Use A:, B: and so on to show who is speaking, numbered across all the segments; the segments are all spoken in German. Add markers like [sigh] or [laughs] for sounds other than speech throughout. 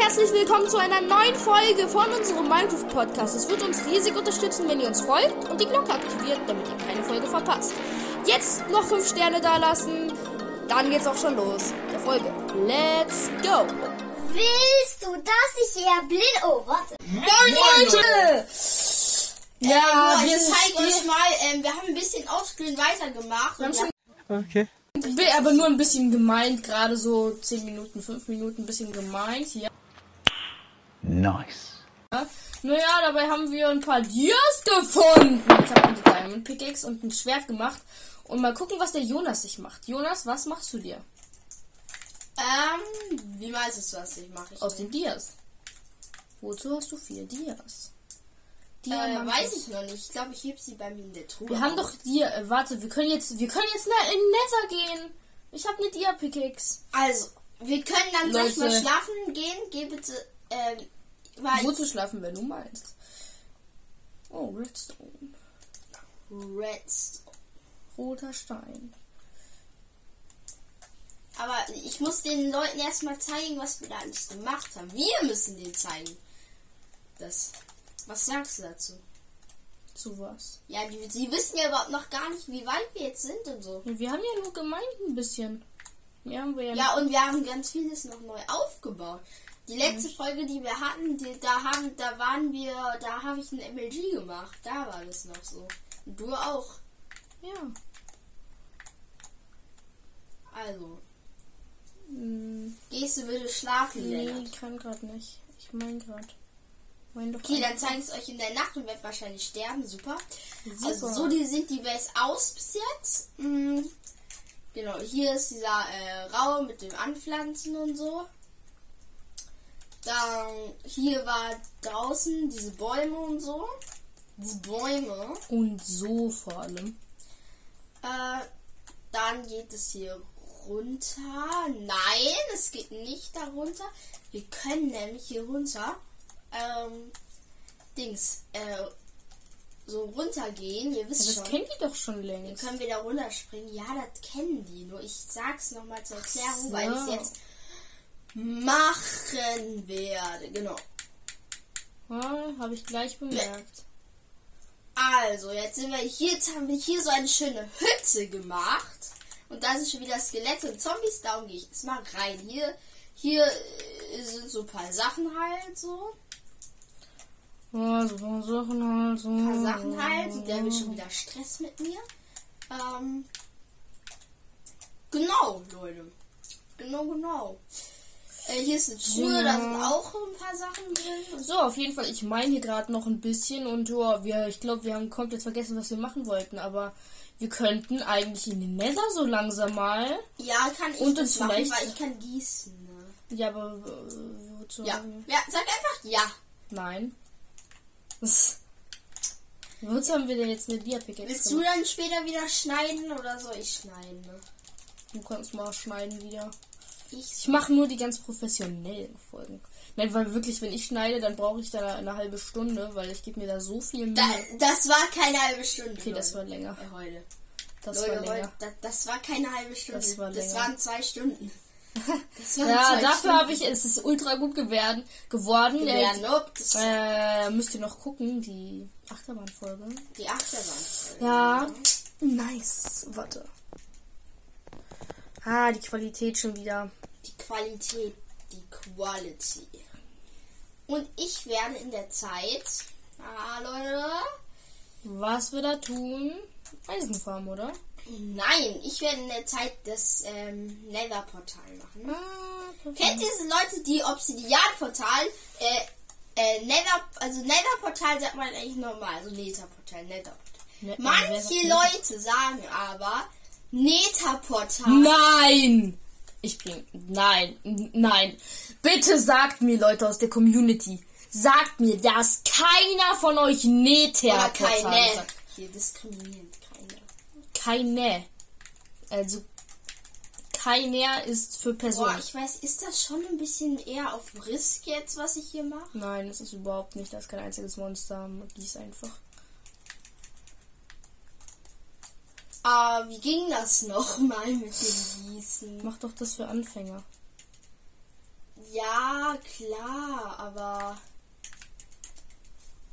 A: herzlich willkommen zu einer neuen Folge von unserem Minecraft-Podcast. Es wird uns riesig unterstützen, wenn ihr uns folgt und die Glocke aktiviert, damit ihr keine Folge verpasst. Jetzt noch 5 Sterne dalassen, dann geht's auch schon los. Der Folge. Let's go!
B: Willst du, dass ich eher blind... Oh, warte.
C: Moin Leute!
A: Ja,
C: ich zeig euch mal, ähm, wir haben ein bisschen offscreen weitergemacht.
A: haben
C: Und
A: schon-
D: Okay.
A: Will aber nur ein bisschen gemeint, gerade so 10 Minuten, 5 Minuten, ein bisschen gemeint hier.
E: Nice.
A: Naja, dabei haben wir ein paar Dias gefunden. Ich habe eine Diamond Pickaxe und ein Schwert gemacht. Und mal gucken, was der Jonas sich macht. Jonas, was machst du dir
C: ähm, wie meinst du das? Ich mache ich. äh,
A: aus den Dias? Wozu hast du vier Dias?
C: äh,
A: Diamantes.
C: weiß ich noch nicht. Ich glaube, ich heb sie bei mir in der Truhe.
A: Wir haben
C: auf.
A: doch Dia. Äh, warte, wir können jetzt, wir können jetzt na, in Nether gehen. Ich habe eine Dia Pickaxe.
C: Also, wir können dann gleich mal
A: Leute.
C: schlafen gehen. Geh bitte, ähm, weil
A: Wozu schlafen, wenn du meinst? Oh, Redstone,
C: Redstone.
A: roter Stein.
C: Aber ich muss den Leuten erstmal zeigen, was wir da alles gemacht haben. Wir müssen denen zeigen. Das. Was sagst du dazu?
A: Zu was?
C: Ja, die, sie wissen ja überhaupt noch gar nicht, wie weit wir jetzt sind und so.
A: Wir haben ja nur gemeint ein bisschen. Mehr haben wir ja
C: Ja, und wir haben ganz vieles noch neu aufgebaut. Die letzte Folge, die wir hatten, die, da haben, da waren wir, da habe ich ein MLG gemacht. Da war das noch so. Und du auch.
A: Ja.
C: Also,
A: Hm,
C: gehst du bitte schlafen,
A: nee,
C: Lennart.
A: kann grad nicht. Ich mein grad. Mein doch
C: Okay,
A: ein-
C: dann zeige ich es euch in der Nacht und werde wahrscheinlich sterben. Super. Also
A: Super.
C: so die sind die Base aus bis jetzt. Mm, Genau, hier ist dieser äh, Raum mit dem Anpflanzen und so. Dann hier war draußen diese Bäume und so. Diese Bäume.
A: Und so vor allem.
C: Äh, dann geht es hier runter. Nein, es geht nicht da runter. Wir können nämlich hier runter. Ähm, Dings. Äh, so runtergehen. Ihr wisst
A: Das
C: schon.
A: kennen die doch schon
C: Dann
A: längst.
C: können wir da runterspringen. Ja, das kennen die. Nur ich sag's nochmal zur Erklärung,
A: so.
C: weil ich jetzt machen werde. Genau.
A: Ah, Habe ich gleich bemerkt.
C: Also, jetzt sind wir hier, jetzt haben wir hier so eine schöne Hütte gemacht. Und da sind schon wieder Skelette und Zombies. Darum gehe ich jetzt mal rein. Hier, hier äh, sind so ein paar Sachen halt so.
A: Ah, so paar Sachen halt. So.
C: Ein paar Sachen halt. Und der will schon wieder Stress mit mir. Ähm, genau, Leute. Genau, genau. Äh, hier ist eine Truhe, da sind auch ein paar Sachen drin. Und
A: So, auf jeden Fall, ich meine hier gerade noch ein bisschen und ja, wir, ich glaube, wir haben komplett vergessen, was wir machen wollten, aber wir könnten eigentlich in den Nether so langsam mal.
C: Ja, kann ich
A: Und
C: das
A: dann
C: machen,
A: vielleicht-
C: weil ich kann gießen. Ne?
A: Ja, aber äh, wozu?
C: Ja.
A: haben wir-
C: ja, sag einfach ja.
A: Nein. [laughs] Das- Wozu haben wir denn jetzt eine Diapickaxe?
C: Willst du dann später wieder schneiden oder soll ich schneiden? ne?
A: Du kannst mal schneiden wieder.
C: Ich,
A: Ich mache nur die ganz professionellen Folgen. Nein, weil wirklich, wenn ich schneide, dann brauche ich da eine halbe Stunde, weil ich gebe mir da so viel Mühe.
C: da, das war keine halbe Stunde.
A: okay, das war
C: Leute.
A: länger.
C: Äh, heute.
A: Das
C: Leute,
A: war länger.
C: heute, da, das war keine halbe Stunde.
A: Das
C: Das,
A: war länger.
C: waren
A: [laughs]
C: zwei Stunden. Das waren
A: Ja,
C: zwei
A: dafür
C: Stunden.
A: habe ich, es ist ultra gut gewerden, geworden. Äh,
C: Ja, nope, das war
A: Äh, müsst ihr noch gucken, die Achterbahnfolge.
C: die Achterbahn.
A: Ja. Nice. Warte. Ah, die Qualität schon wieder.
C: Die Qualität, die Quality. Und ich werde in der Zeit. Ah, Leute.
A: Was wir da tun? Eisenfarm, oder?
C: Nein, ich werde in der Zeit das ähm, Nether-Portal machen.
A: Ah,
C: Kennt ihr diese Leute, die Obsidian-Portal, äh, äh, Nether, also Nether-Portal sagt man eigentlich normal, also Nether-Portal, Nether-Portal.
A: Ne- wer sagt
C: Manche
A: Nether?
C: Leute sagen aber Nether-Portal.
A: Nein! Ich bin. Nein, n- nein. Bitte sagt mir, Leute aus der Community, sagt mir, dass keiner von euch
C: Oder
A: Nether Portal
C: keine.
A: sagt.
C: Hier diskriminieren keine.
A: Keine. Also, keiner ist für
C: Boah,
A: Personen.
C: ich weiß, ist das schon ein bisschen eher auf Risk jetzt, was ich hier mache?
A: Nein, es ist überhaupt nicht. Da ist kein einziges Monster. Gieß einfach.
C: Ah, wie ging das nochmal mit dem Gießen?
A: Mach doch das für Anfänger.
C: Ja, Ja, klar, aber.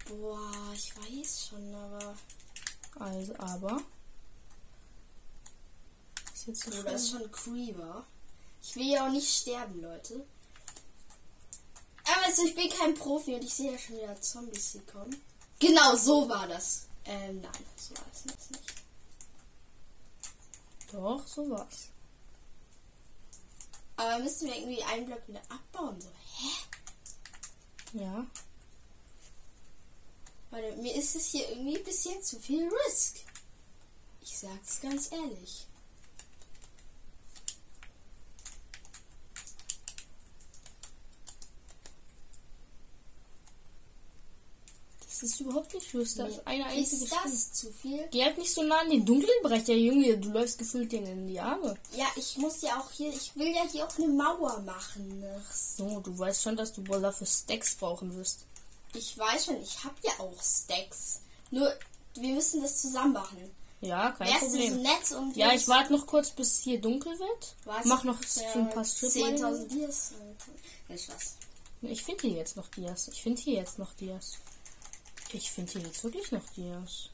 C: Boah, ich weiß schon, aber.
A: Also, aber. Ist jetzt so
C: Boah, das ist [laughs]
A: schlimm.
C: schon Creeper. Ich will ja auch nicht sterben, Leute. Aber also, ich bin kein Profi und ich sehe ja schon wieder Zombies hier kommen. Genau, so war das. Ähm, nein, so war es jetzt nicht.
A: Doch, so war's.
C: Aber müssen wir irgendwie einen Block wieder abbauen? So, hä?
A: Ja.
C: Warte, mir ist es hier irgendwie ein bisschen zu viel Risk. Ich sag's ganz ehrlich.
A: Das ist überhaupt nicht schlimm. Das
C: Mir
A: ist eine einzige
C: ist das
A: Stimme.
C: zu viel?
A: Geh halt nicht so nah an den Dunkelbrecher, Junge. Du läufst gefühlt denen in die Arme.
C: Ja, ich muss ja auch hier, ich will ja hier auch eine Mauer machen. ne?
A: So, du weißt schon, dass du wohl dafür Stacks brauchen wirst.
C: Ich weiß schon, ich hab ja auch Stacks. Nur, wir müssen das zusammen machen.
A: Ja, kein
C: Wärst du so
A: Problem.
C: nett und
A: Ja,
C: würdest-
A: ich warte noch kurz, bis hier dunkel wird.
C: Was?
A: Mach noch so
C: Ja,
A: ein paar Strip.
C: 10.000 Dias. Nein, Spaß.
A: Ich finde hier jetzt noch Dias. Ich finde hier jetzt noch Dias. Ich finde hier jetzt wirklich noch Dias.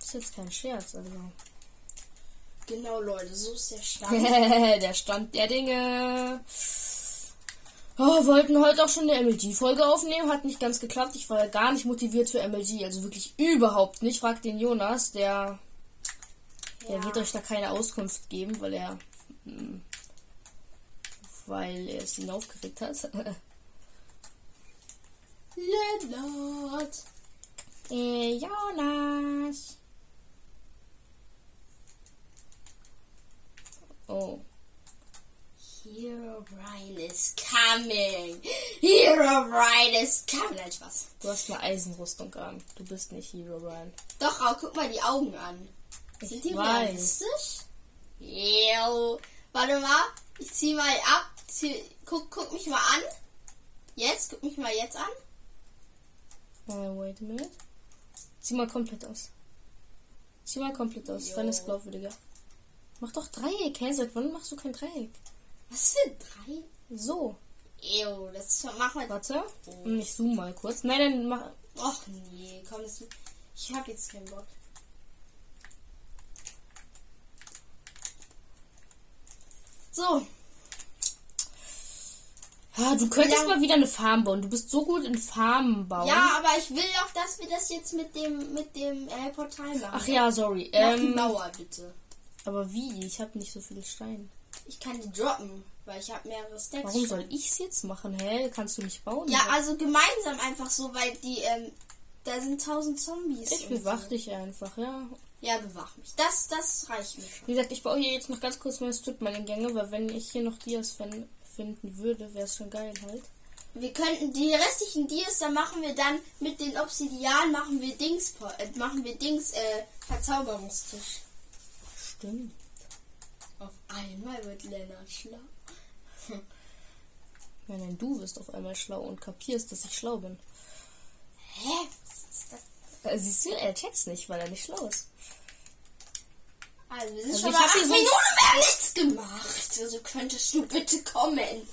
A: Das ist jetzt kein Scherz, also.
C: Genau, Leute, so ist der [laughs] Stand.
A: [laughs] der Stand der Dinge. Oh, wollten heute auch schon eine MLG-Folge aufnehmen, hat nicht ganz geklappt. Ich war ja gar nicht motiviert für MLG, also wirklich überhaupt nicht. Fragt den Jonas, der, der wird euch da keine Auskunft geben, weil er, mm, weil er es ihn aufgeregt hat. [laughs]
C: Lennart.
A: Äh, Jonas. Oh.
C: Hero Brian is coming. Hero Brian is coming. Nein, Spaß.
A: Du hast eine Eisenrüstung an. Du bist nicht Hero Brian.
C: Doch, aber guck mal die Augen an. Sind die
A: weiß.
C: realistisch? Yo. Warte mal. Ich zieh mal ab. Zieh, guck, guck mich mal an. Jetzt, guck mich mal jetzt an.
A: Äh, wait a minute. Zieh mal komplett aus. Zieh mal komplett aus. Dann ist glaubwürdiger. Mach doch Dreieck, hä? Seit wann machst du kein Dreieck?
C: Was für ein drei?
A: So.
C: Ew, das ist schon, mach mal.
A: Warte. Hm, Ich zoome mal kurz. Nein, nein, mach.
C: Och nee, komm, das, ich hab jetzt keinen Bock. So,
A: Ah, du könntest
C: Ja.
A: mal wieder eine Farm bauen. Du bist so gut in Farmen bauen.
C: ja, aber ich will auch, dass wir das jetzt mit dem mit dem äh, Portal machen.
A: Ach ja, sorry.
C: Mach die
A: Ähm,
C: Mauer bitte.
A: aber wie? Ich habe nicht so viele Steine.
C: Ich kann die droppen, weil ich habe mehrere Stacks.
A: Warum
C: schon.
A: soll ich's jetzt machen? Hä? Kannst du nicht bauen?
C: Ja, also gemeinsam einfach so, weil die ähm, da sind tausend Zombies.
A: ich
C: und
A: bewach dich einfach, ja.
C: So. Ja, bewach mich. Das das reicht mir schon.
A: Wie gesagt, ich baue hier jetzt noch ganz kurz meine Strip in Gänge, weil wenn ich hier noch Dias fin- finden würde, wäre es schon geil halt.
C: Wir könnten die restlichen Dias, da machen wir dann mit den Obsidian machen wir Dings äh, machen wir Dings äh, Verzauberungstisch.
A: Stimmt.
C: Auf einmal wird Lennart schlau.
A: Nein, nein, du wirst auf einmal schlau und kapierst, dass ich schlau bin.
C: Hä? Was ist das?
A: Äh, siehst du, er checkt's nicht, weil er nicht schlau ist.
C: Also, wir sind
A: Also
C: schon
A: ich
C: bei
A: hab
C: acht
A: hier so-
C: Minuten, wir haben nichts gemacht. Also könntest du bitte kommen.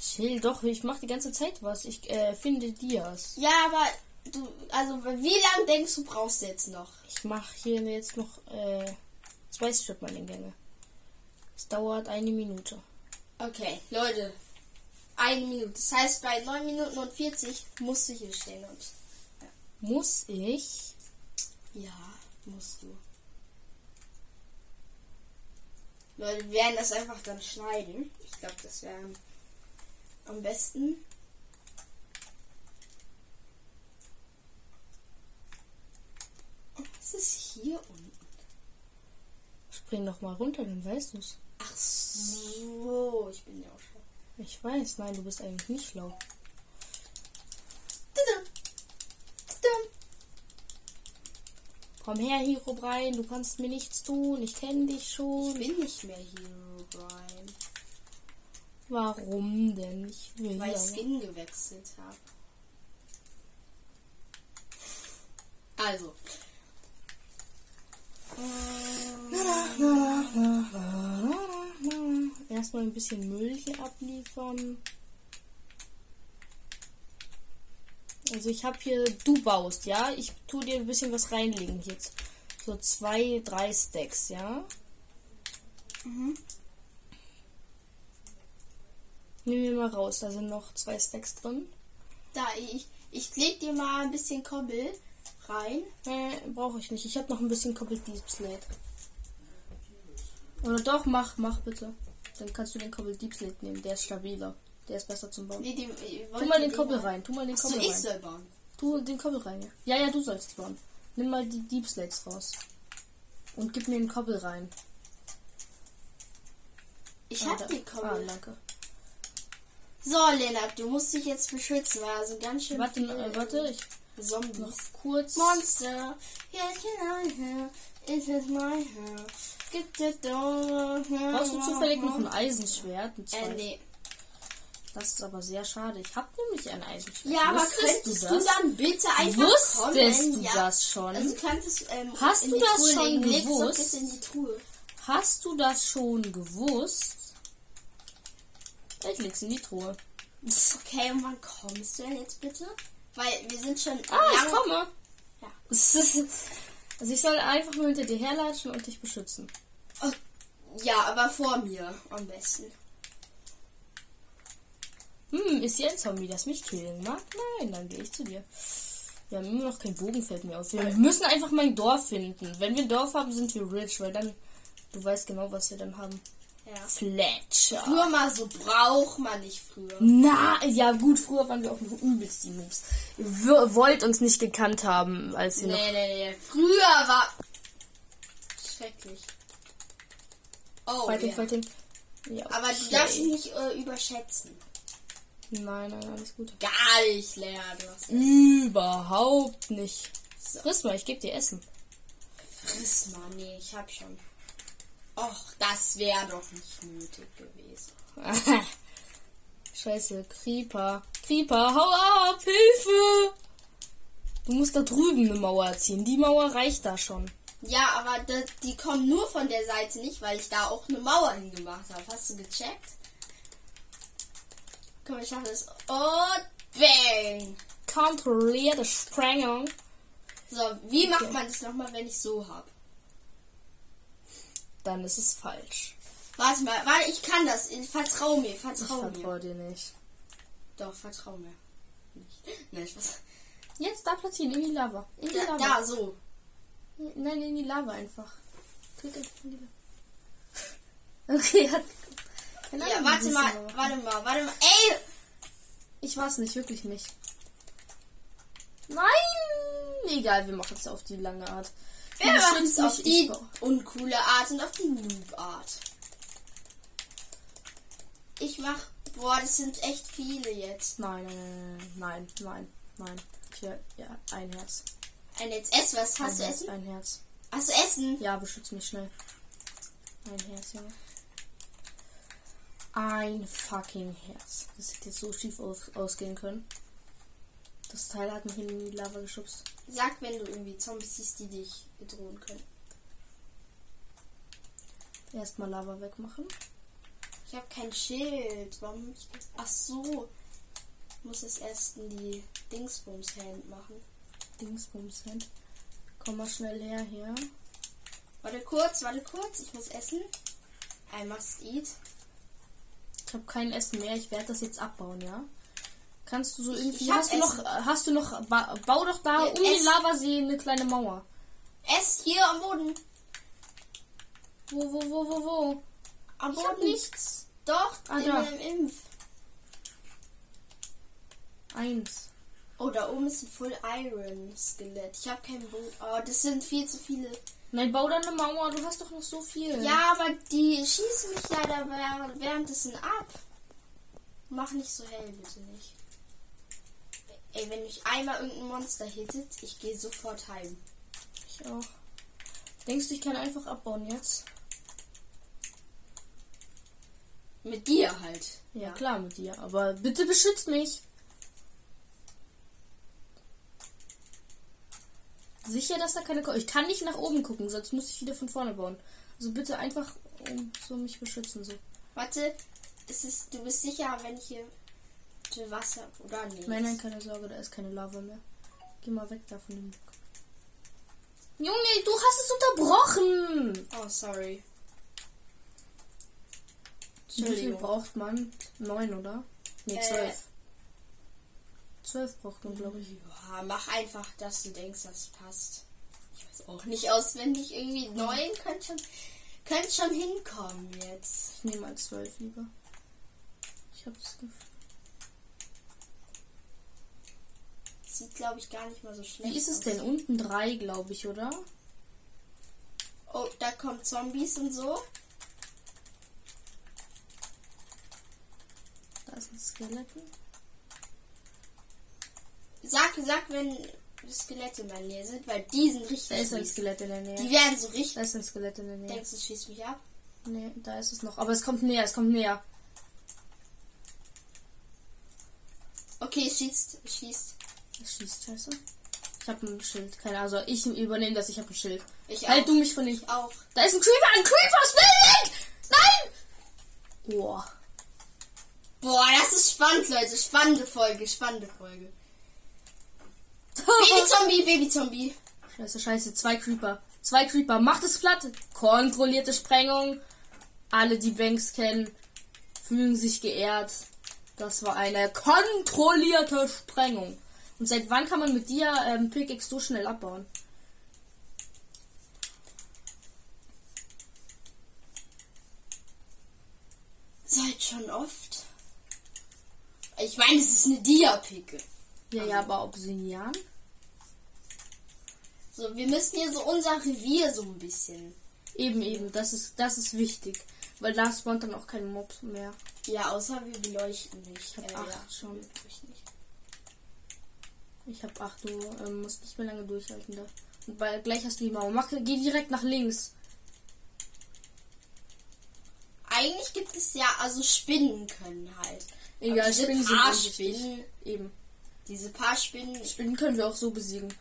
A: Chill doch, ich mache die ganze Zeit was. Ich äh, finde Dias.
C: Ja, aber du, also wie lange denkst du brauchst du jetzt noch?
A: Ich mache hier jetzt noch äh, zwei Strip Gänge. Es dauert eine Minute.
C: Okay, Leute. Eine Minute. Das heißt, bei 9 Minuten und 40 musst du hier stehen und.
A: Muss ich?
C: Ja, musst du. Leute, wir werden das einfach dann schneiden. Ich glaube, das wäre am besten. Was Oh, ist hier unten?
A: Spring noch mal runter, dann weißt du's.
C: Ach so, ich bin ja auch schon.
A: Ich weiß, nein, du bist eigentlich nicht schlau.
C: Tudum. Tudum.
A: Komm her, Herobrine, du kannst mir nichts tun, ich kenne dich
C: Ich
A: schon.
C: bin nicht mehr Hero Brian,
A: Warum denn? Ich will
C: weil ich
A: ja.
C: Skin gewechselt habe. Also.
A: Erstmal ein bisschen Müll hier abliefern. Also ich habe hier, du baust, ja? Ich tu dir ein bisschen was reinlegen jetzt. So zwei, drei Stacks, ja? Nimm mir mal raus, da sind noch zwei Stacks drin.
C: Da, ich, ich leg dir mal ein bisschen Kobbel rein.
A: Äh, brauche ich nicht. Ich habe noch ein bisschen Couple Deep Slate. Oder doch, mach, mach bitte. Dann kannst du den Couple Deep Slate nehmen. Der ist stabiler. Der ist besser zum Bauen.
C: Nee, äh, dem, ich
A: Tu
C: wollte
A: mal den
C: dem-
A: Koppel rein. Tu mal den
C: Achso,
A: Koppel
C: ich
A: rein.
C: soll bauen.
A: Tu den Koppel rein, ja. Ja, ja, du sollst bauen. Nimm mal die Deep Slates raus. Und gib mir den Koppel rein.
C: Ich hab
A: da-
C: den
A: Ah,
C: Kobbel.
A: danke.
C: so, Lennart, du musst dich jetzt beschützen, weil da sind ganz schön
A: Warte,
C: viele
A: äh, warte, ich
C: Zombies.
A: noch kurz.
C: Monster, yes, can I hear? It is my hair. Get the door.
A: Brauchst du zufällig noch ein Eisenschwert? Ein
C: Äh,
A: zweites?
C: nee.
A: Das ist aber sehr schade. Ich habe nämlich ein Eisenschwert.
C: Ja, aber
A: Wusstest
C: könntest du,
A: das?
C: dann bitte einfach
A: Wusstest
C: kommen?
A: du
C: ja.
A: das schon?
C: Also könntest, ähm,
A: Hast
C: in
A: du
C: die
A: das
C: Truhe
A: schon
C: legen. Leg's doch
A: gewusst?
C: bitte in die Truhe.
A: Hast du das schon gewusst? Ich leg's in die Truhe.
C: Okay, und wann kommst du denn jetzt bitte? Weil wir sind schon
A: Ah, ich
C: lang-
A: komme.
C: Ja.
A: [laughs] Also ich soll einfach nur hinter dir herlatschen und dich beschützen.
C: Oh, ja, aber vor mir am besten.
A: Hm, ist hier ein Zombie, das mich killen mag? Nein, dann gehe ich zu dir. Wir haben immer noch kein Bogenfeld mehr auf. Wir müssen einfach mal ein Dorf finden. Wenn wir ein Dorf haben, sind wir rich, weil dann, du weißt genau, was wir dann haben.
C: Ja.
A: Fletcher.
C: Früher mal so braucht man nicht früher.
A: Na, ja gut, früher waren wir auch noch übelst die Noobs. Wir wollt uns nicht gekannt haben, als wir noch
C: Nee, nee, nee. Früher war. Schrecklich. Oh,
A: Fight ihn,
C: ja.
A: fight ihn. Ja,
C: aber du darfst dich nicht äh, überschätzen.
A: Nein, nein, alles gut.
C: Gar nicht, Lea. Du hast
A: Hm. Überhaupt nicht. Friss mal, ich geb dir Essen. [laughs]
C: Friss mal. Nee, ich hab schon. Och, das wäre doch nicht nötig gewesen.
A: Scheiße, Creeper. Creeper, hau ab, Hilfe! Du musst da drüben eine Mauer ziehen. Die Mauer reicht da schon.
C: Ja, aber das, die kommen nur von der Seite nicht, weil ich da auch eine Mauer hingemacht habe. Hast du gecheckt? Komm, ich schaffe es. Und bang!
A: Kontrollierte Sprengung.
C: So, wie macht man das nochmal, wenn ich so hab?
A: Dann ist es falsch.
C: Warte mal, warte, ich kann das. Ich- Vertrau mir,
A: Ich
C: vertrau mir.
A: vertraue dir nicht.
C: Doch, vertrau mir. Nicht. Nein, Spaß.
A: Jetzt da platzieren, in die Lava. In die
C: Da,
A: Lava.
C: da, so.
A: Nein, in die Lava einfach. Klick einfach in die Lava. [laughs] Okay, hat. Keine
C: Ja,
A: Ahnung,
C: warte
A: wie
C: mal,
A: das war.
C: warte mal, warte mal. Ey!
A: Ich war's nicht, wirklich nicht. Nein! Egal, wir machen es auf die lange Art.
C: Wir
A: Du
C: machen
A: beschützt
C: es auf
A: mich,
C: die
A: ich brauch-
C: uncoole Art und auf die Noob-Art. Ich mach. Boah, das sind echt viele jetzt.
A: Nein, nein, nein, nein, nein, nein. Ich will, ja, ein Herz.
C: Ein jetzt ess was. Hast
A: ein
C: du
A: Herz,
C: Essen?
A: Ein Herz.
C: Hast du Essen?
A: Ja, beschütz mich schnell. Ein Herz, Junge. Ein fucking Herz. Das hätte jetzt so schief aus ausgehen können. Das Teil hat mich in die Lava geschubst.
C: Sag, wenn du irgendwie Zombies siehst, die dich bedrohen können.
A: Erstmal Lava wegmachen.
C: Ich hab kein Schild. Warum? hab ich das- Ach so. Ich muss es erst in die Dingsbums-Hand machen.
A: Dingsbums hin. Komm mal schnell her hier.
C: Warte kurz, warte kurz. Ich muss essen. I must eat.
A: Ich habe kein Essen mehr. Ich werde das jetzt abbauen, ja? Kannst du so irgendwie.
C: ich hab
A: hast, du noch,
C: Essen.
A: hast du noch. ba- Bau doch da
C: Ja,
A: um die
C: Essen.
A: Lavasee eine kleine Mauer.
C: Ess hier am Boden.
A: Wo, wo, wo, wo, wo?
C: Am
A: Ich hab
C: Boden.
A: nichts.
C: Doch,
A: Ah,
C: in
A: da.
C: meinem Impf.
A: Eins.
C: Oh, da oben ist ein Full Iron Skelett. Ich hab keinen Bogen. Oh, das sind viel zu viele.
A: Nein, bau da eine Mauer. Du hast doch noch so viel.
C: Ja, aber die schießen mich leider während- währenddessen ab. Mach nicht so hell, bitte nicht. Ey, wenn mich einmal irgendein Monster hittet, ich gehe sofort heim.
A: Ich auch. Denkst du, ich kann einfach abbauen jetzt?
C: Mit dir halt.
A: Ja, klar mit dir. Aber bitte beschützt mich. Sicher, dass da keine. Ko ich kann nicht nach oben gucken, sonst muss ich wieder von vorne bauen. Also bitte einfach um so mich beschützen so.
C: Warte, ist es, du bist sicher, wenn ich hier. Still Wasser, oder nicht?
A: Nein, nein, keine Sorge, da ist keine Lava mehr. Geh mal weg da von dem Block. Junge, du hast es unterbrochen!
C: Oh, sorry.
A: Wie viel
C: Entschuldigung.
A: braucht man? Neun, oder? Nee,
C: Äh.
A: zwölf. Zwölf braucht man, glaube ich.
C: Ja, mach einfach, dass du denkst, das passt. Ich weiß auch nicht auswendig. Irgendwie neun könnte schon, könnte schon hinkommen jetzt.
A: Ich nehme mal zwölf lieber. Ich habe das Gefühl.
C: Sieht, glaube ich, gar nicht mal so schlecht
A: Wie ist es
C: aus.
A: denn? Unten drei, glaube ich, oder?
C: Oh, da kommen Zombies und so.
A: Da ist ein Skeleton.
C: Sag, sag, wenn Skelette in meiner Nähe sind, weil die sind richtig
A: Da ist ein
C: fies.
A: Skelett in der
C: Die
A: Nähe.
C: werden so richtig...
A: Da ist ein Skelett in der Nähe.
C: Denkst du, schießt mich ab?
A: Nee, da ist es noch. Aber es kommt näher, es kommt näher.
C: Okay, es schießt, es schießt.
A: Es schießt, scheiße. Ich habe ein Schild. Keine Ahnung. Also ich übernehme das, ich habe ein Schild.
C: Ich
A: halt
C: auch.
A: du mich von nicht.
C: Ich auch.
A: Da ist ein Creeper, ein Creeper, schnell weg! Nein! Boah.
C: Boah, das ist spannend, Leute. Spannende Folge, spannende Folge. Baby-Zombie, Baby-Zombie.
A: scheiße, scheiße, zwei Creeper. Zwei Creeper, macht es platt. Kontrollierte Sprengung. Alle, die Banks kennen, fühlen sich geehrt. Das war eine kontrollierte Sprengung. Und seit wann kann man mit dir ähm, Pickaxe so schnell abbauen?
C: Seid halt schon oft. Ich meine, es ist eine Diapike.
A: Ja, ja, aber Obsidian?
C: So, wir müssen hier so unser Revier so ein bisschen
A: Eben, eben, das ist, das ist wichtig. Weil da spawnt dann auch kein Mob mehr.
C: Ja, außer wir beleuchten nicht.
A: hab acht schon.
C: wir beleuchten nicht.
A: Ich hab 8 Uhr, ähm, muss nicht mehr lange durchhalten da. Und weil gleich hast du die Mauer. Mach, geh direkt nach links.
C: Eigentlich gibt es ja, also Spinnen können halt.
A: Egal,
C: Aber diese
A: Spinnen sind
C: paar
A: unwichtig.
C: Spinnen,
A: Eben.
C: diese paar Spinnen,
A: Spinnen können wir auch so besiegen.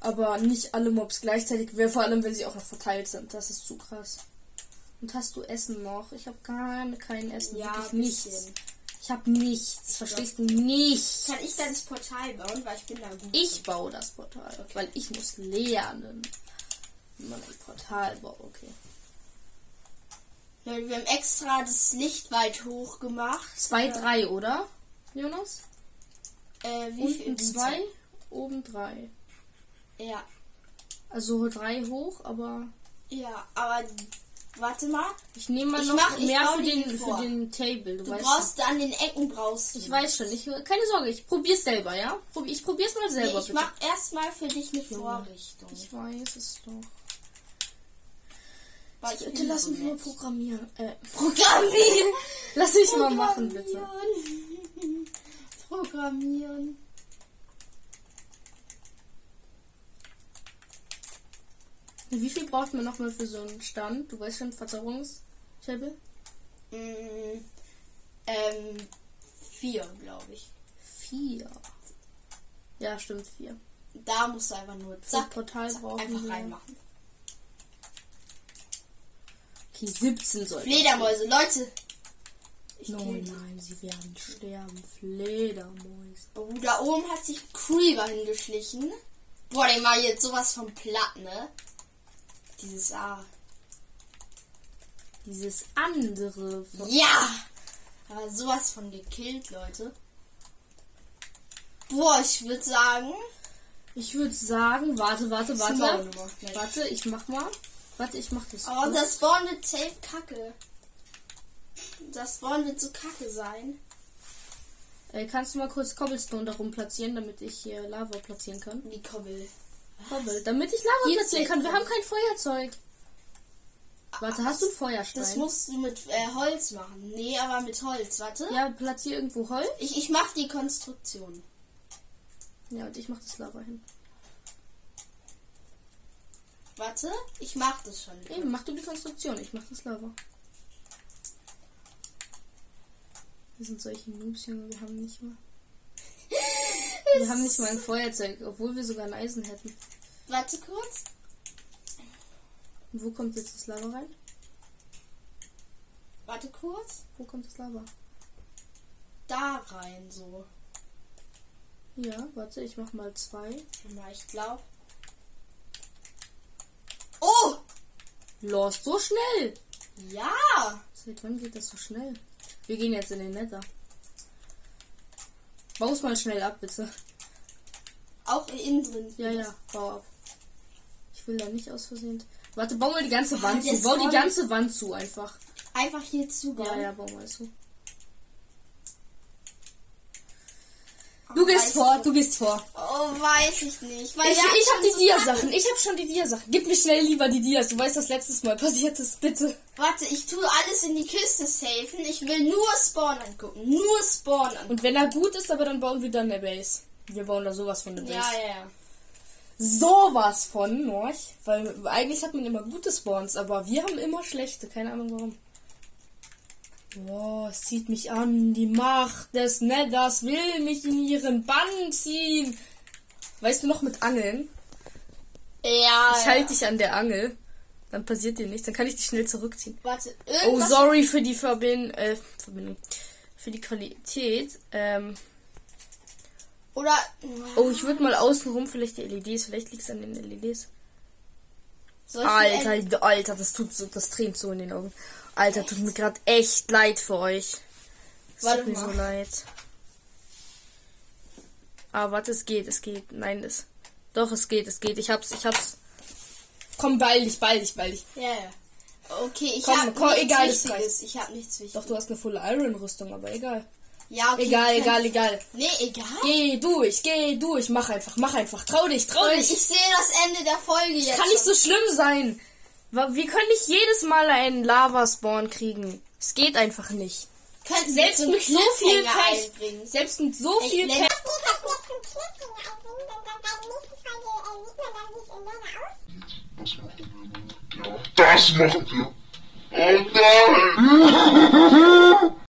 A: Aber nicht alle Mobs gleichzeitig, wer- vor allem wenn sie auch noch verteilt sind. Das ist zu krass. Und hast du Essen noch? Ich habe gar kein Essen.
C: Ja,
A: wirklich
C: ein
A: nichts.
C: bisschen.
A: Ich habe nichts. Verstehst du? Nichts.
C: kann ich dann das Portal bauen, weil ich bin da gut.
A: Ich baue das Portal, weil ich muss lernen, wie man ein Portal baut. Okay.
C: Leute, wir haben extra das Licht weit hoch gemacht.
A: 2, 3, oder? Jonas?
C: Äh, wie viel?
A: Unten 2, oben 3.
C: Ja.
A: Also 3 hoch, aber
C: Ja, aber warte mal.
A: ich nehme mal
C: Ich
A: noch
C: mach- ich
A: mehr
C: baue
A: für
C: die
A: den, für
C: vor.
A: den Table. Du,
C: Du
A: weißt
C: brauchst da an den Ecken brauchst. du.
A: schon. Ich weiß schon. Ich, keine Sorge, ich probier's selber, ja? Probi- Ich probier's mal
C: Nee,
A: selber.
C: ich
A: bitte.
C: mach erstmal für dich eine Vorrichtung.
A: ich weiß es doch.
C: Weil ich
A: Bitte
C: bin
A: lass
C: so
A: mich mal
C: nett.
A: programmieren. Äh, [laughs]
C: programmieren.
A: lass mich mal machen, bitte.
C: Programmieren. Programmieren.
A: Wie viel braucht man nochmal für so einen Stand? Du weißt schon, Verzauberungstable?
C: Mm, ähm, vier, glaube ich.
A: Vier. Ja, stimmt, vier.
C: Da musst du einfach nur
A: Für
C: zack,
A: ein Portal
C: zack,
A: brauchen
C: einfach
A: wir-
C: reinmachen.
A: Okay, 17 soll.
C: Fledermäuse, Leute. Ich
A: Nein,
C: kill die.
A: nein, sie werden sterben. Fledermäuse.
C: Oh, da oben hat sich Creeper hingeschlichen. Boah, der war jetzt sowas von platt, ne? Dieses A.
A: Dieses andere. von-
C: Ja! Aber sowas von gekillt, Leute. Boah, ich würde sagen.
A: Ich würde sagen, warte, warte,
C: ist eine
A: warte.
C: Mauernummer. Nein.
A: Warte, ich mach mal. Warte, ich mach Oh, das.
C: Aber
A: gut.
C: oh, das Spawn wird safe kacke. Das Spawn wird so kacke sein.
A: äh, kannst du mal kurz Cobblestone darum platzieren, damit ich hier Lava platzieren kann?
C: Wie Kobbel.
A: Cobble, damit ich Lava
C: Hier
A: platzieren
C: ist
A: kann.
C: der-
A: Wir haben kein Feuerzeug. Warte, hast du einen Feuerstein?
C: Das musst du mit äh, Holz machen. Nee, aber mit Holz. Warte.
A: ja, platzier irgendwo Holz.
C: Ich, ich mach die Konstruktion.
A: Ja, und ich mach das Lava hin.
C: Warte. Ich mach das schon.
A: Eben, mach du die Konstruktion, ich mach das Lava. Wir sind solche Noobs, Junge, wir haben nicht
C: [laughs]
A: mal. Wir haben nicht mal ein Feuerzeug, obwohl wir sogar ein Eisen hätten.
C: Warte kurz.
A: Und wo kommt jetzt das Lava rein?
C: Warte kurz.
A: Wo kommt das Lava?
C: Da rein so.
A: Ja, warte, ich mach mal zwei.
C: Vielleicht blau. Oh!
A: Los, so schnell!
C: Ja!
A: Seit wann geht das so schnell? Wir gehen jetzt in den Nether. Bau's mal schnell ab, bitte.
C: Auch innen drin.
A: Ja, ja, bau ab. Ich will da nicht aus Versehen. Warte, bau mal die ganze Wand
C: das
A: zu. Bau die
C: soll-
A: ganze Wand zu einfach.
C: Einfach hier zubauen.
A: Ja, ja, bau mal zu.
C: Ach,
A: Du gehst
C: weiß
A: vor,
C: ich
A: du gehst vor.
C: nicht. Oh, weiß ich nicht. Weil
A: Ich,
C: wir hatten
A: ich hab
C: schon
A: die
C: so
A: Diasachen. Ich hab schon die Diasachen. Gib mir schnell lieber die Dias. Du weißt, was letztes Mal passiert ist. Bitte.
C: Warte, ich tue alles in die Kiste safen. Ich will nur Spawn angucken. Nur Spawn angucken.
A: Und wenn er gut ist, aber dann bauen wir dann eine Base. Wir bauen da sowas von eine Base.
C: Ja, ja, ja.
A: Sowas von, Norch. Weil eigentlich hat man immer gute Spawns, aber wir haben immer schlechte. Keine Ahnung warum. Boah, es zieht mich an. Die Macht des Nethers will mich in ihren Bann ziehen. Weißt du noch mit Angeln?
C: Ja,
A: Ich
C: Ah,
A: halt
C: ja.
A: halte dich an der Angel. Dann passiert dir nichts. Dann kann ich dich schnell zurückziehen.
C: Warte,
A: Oh,
C: irgendwas.
A: sorry für die Verbin äh, Verbindung. Für die Qualität. Ähm,
C: Oder.
A: oh, ich würde mal außenrum vielleicht die LEDs. Vielleicht liegt es an den E LEDs.
C: Solche
A: Alter,
C: Ent-
A: die- Alter, das tut so, das tränt so in den Augen. Alter, tut mir gerade echt leid für euch. Das
C: Warte
A: tut mir so
C: mal.
A: leid. Ah, warte, es geht, es geht. Nein, es. Doch, es geht, es geht. Ich hab's, ich hab's. Komm, beeil dich, beeil dich, beeil dich.
C: Ja, ja. Okay, ich
A: Komm,
C: habe
A: komm,
C: nichts
A: egal, das
C: Wichtiges. Ich habe nichts Wichtiges.
A: Doch, du hast eine Full Iron Rüstung, aber egal.
C: Ja, okay.
A: Egal,
C: wir
A: egal,
C: können-
A: egal.
C: Nee, egal.
A: Geh durch, geh durch, mach einfach, mach einfach. Trau dich, trau
C: Und
A: dich.
C: ich sehe das Ende der Folge jetzt.
A: Kann nicht so schlimm sein. Wa- Wir können nicht jedes Mal einen Lava-Spawn kriegen. Es geht einfach nicht.
C: Könnten wir
A: Selbst
C: so einen
A: mit so viel
C: Cliffhanger
A: Pech.
C: einbringen.
A: Selbst mit so
C: Ey,
A: viel
C: Lenz-
A: Pech.
D: Das machen wir. Oh nein!